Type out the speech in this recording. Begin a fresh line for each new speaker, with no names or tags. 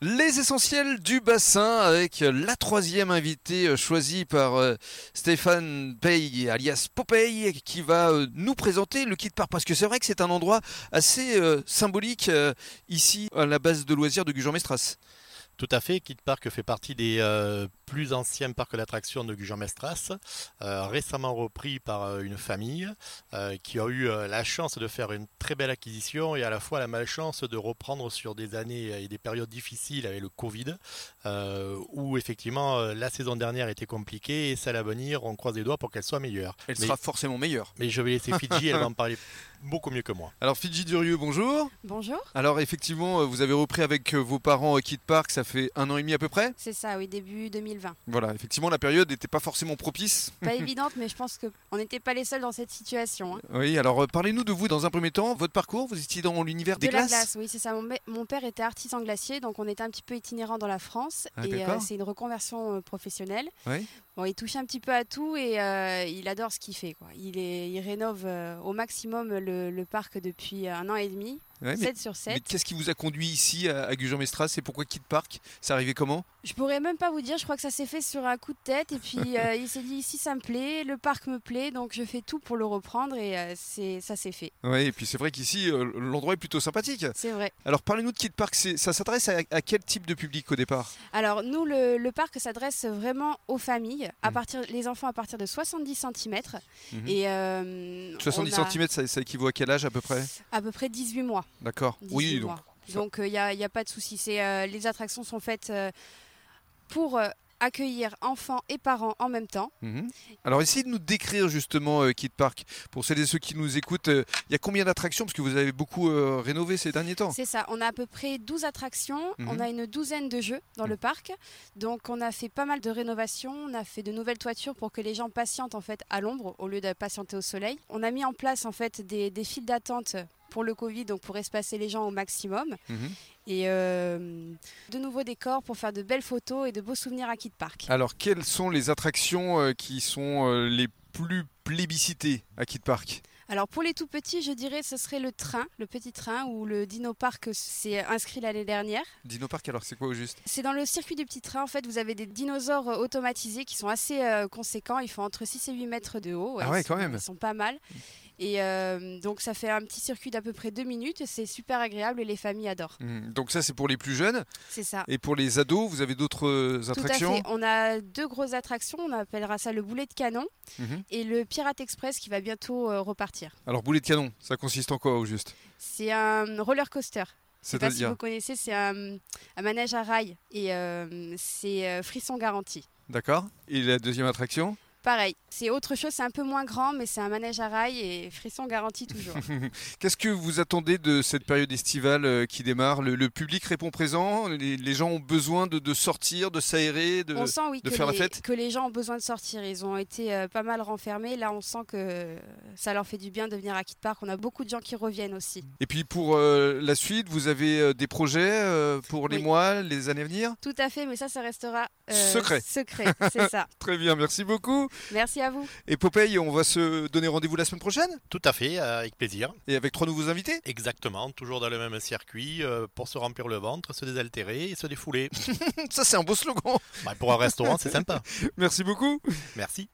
Les essentiels du bassin avec la troisième invitée choisie par euh, Stéphane Pey, alias Popeye, qui va euh, nous présenter le Kit Park. Parce que c'est vrai que c'est un endroit assez euh, symbolique euh, ici à la base de loisirs de Gujan-Mestras.
Tout à fait, Kid Park fait partie des euh, plus anciens parcs d'attractions de Gujan-Mestras, euh, récemment repris par euh, une famille euh, qui a eu euh, la chance de faire une très belle acquisition et à la fois la malchance de reprendre sur des années et des périodes difficiles avec le Covid, euh, où effectivement euh, la saison dernière était compliquée et celle à venir, on croise les doigts pour qu'elle soit meilleure.
Elle
mais,
sera forcément meilleure.
mais je vais laisser Fidji, elle va en parler beaucoup mieux que moi.
Alors Fidji Durieux, bonjour.
Bonjour.
Alors effectivement, euh, vous avez repris avec euh, vos parents euh, Kid Park, ça fait un an et demi à peu près.
C'est ça, oui, début 2020.
Voilà, effectivement, la période n'était pas forcément propice.
Pas évidente, mais je pense qu'on n'était pas les seuls dans cette situation. hein.
Oui, alors euh, parlez-nous de vous dans un premier temps, votre parcours, vous étiez dans l'univers des
de
glaces.
la glace, oui, c'est ça. Mon, mè- mon père était artisan glacier, donc on était un petit peu itinérant dans la France.
Ah,
et euh,
d'accord.
c'est une reconversion euh, professionnelle.
Oui.
Bon, il touche un petit peu à tout et euh, il adore ce qu'il fait. Quoi. Il, est, il rénove euh, au maximum le, le parc depuis un an et demi,
Ouais, mais-
7 sur 7.
Mais qu'est-ce qui vous a conduit ici à, à Gujan-Mestras et pourquoi Kid Park C'est arrivé comment
Je pourrais même pas vous dire, je crois que ça s'est fait sur un coup de tête et puis euh, il s'est dit si ça me plaît, le parc me plaît, donc je fais tout pour le reprendre et euh, c'est- ça s'est fait.
Oui, et puis c'est vrai qu'ici, euh, l'endroit est plutôt sympathique.
C'est vrai.
Alors parlez-nous de Kid Park, c'est- ça s'adresse à, à quel type de public au départ
Alors nous, le, le parc s'adresse vraiment aux familles, à
Mhm.
partir, les enfants à partir de 70 cm.
Mhm.
Et euh,
70
on a
cm, ça, ça équivaut à quel âge à peu près
à peu près 18 mois.
D'accord.
18
Oui, donc.
mois. donc il n'y a, y a pas de souci. C'est, euh, les attractions sont faites euh, pour euh, accueillir enfants et parents en même temps.
Mhm. Alors essayez de nous décrire justement euh, Kid Park. Pour celles et ceux qui nous écoutent, euh, il y a combien d'attractions Parce que vous avez beaucoup euh, rénové ces derniers temps.
C'est ça, on a à peu près 12 attractions,
Mhm.
on a une douzaine de jeux dans le parc. Donc on a fait pas mal de rénovations, on a fait de nouvelles toitures pour que les gens patientent en fait à l'ombre au lieu de patienter au soleil. On a mis en place en fait des, des files d'attente pour le Covid, donc pour espacer les gens au maximum.
Mhm.
Et euh, de nouveaux décors pour faire de belles photos et de beaux souvenirs à Kid Park.
Alors quelles sont les attractions euh, qui sont euh, les plus plébiscitées à Kid Park
Alors pour les tout petits, je dirais ce serait le train, le petit train où le Dino Park s'est inscrit l'année dernière.
Dino Park, alors c'est quoi au juste
C'est dans le circuit des petits trains, en fait, vous avez des dinosaures euh, automatisés qui sont assez euh, conséquents. Ils font entre 6 et 8 mètres de haut.
Ah ouais,
ils sont-
quand même.
Ils sont pas mal. Et euh, donc, ça fait un petit circuit d'à peu près 2 minutes. C'est super agréable et les familles adorent.
Hmm, Donc ça c'est pour les plus jeunes
C'est ça.
et pour les ados vous avez d'autres euh,
Tout à
attractions
fait. On a deux grosses attractions. On appellera ça le boulet de canon
Mhm.
et le Pirate Express qui va bientôt euh, repartir.
Alors boulet de canon, ça consiste en quoi au juste
C'est un roller coaster. Je sais pas si
C'est-à-dire
vous connaissez, c'est un, un manège à rail et euh, c'est euh, frisson garanti.
D'accord. Et la deuxième attraction
Pareil, c'est autre chose, c'est un peu moins grand, mais c'est un manège à rail et frisson garanti toujours.
Qu'est-ce que vous attendez de cette période estivale euh, qui démarre le, le public répond présent, les, les gens ont besoin de, de sortir, de s'aérer, de...
on sent oui,
de
que,
faire la
les,
fête
que les gens ont besoin de sortir, ils ont été euh, pas mal renfermés, là on sent que ça leur fait du bien de venir à Kid Park, on a beaucoup de gens qui reviennent aussi.
Et puis pour euh, la suite, vous avez euh, des projets euh, pour les
Oui.
mois, les années à venir
Tout à fait, mais ça, ça restera euh,
Secret.
Secret, c'est ça.
Très bien, merci beaucoup.
Merci à vous.
Et Popeye, on va se donner rendez-vous la semaine prochaine
Tout à fait, euh, avec plaisir.
et avec trois nouveaux invités.
Exactement, toujours dans le même circuit, euh, pour se remplir le ventre, se désaltérer et se défouler.
Ça c'est un beau slogan.
Bah, pour un Ben, restaurant, c'est sympa.
Merci beaucoup.
Merci.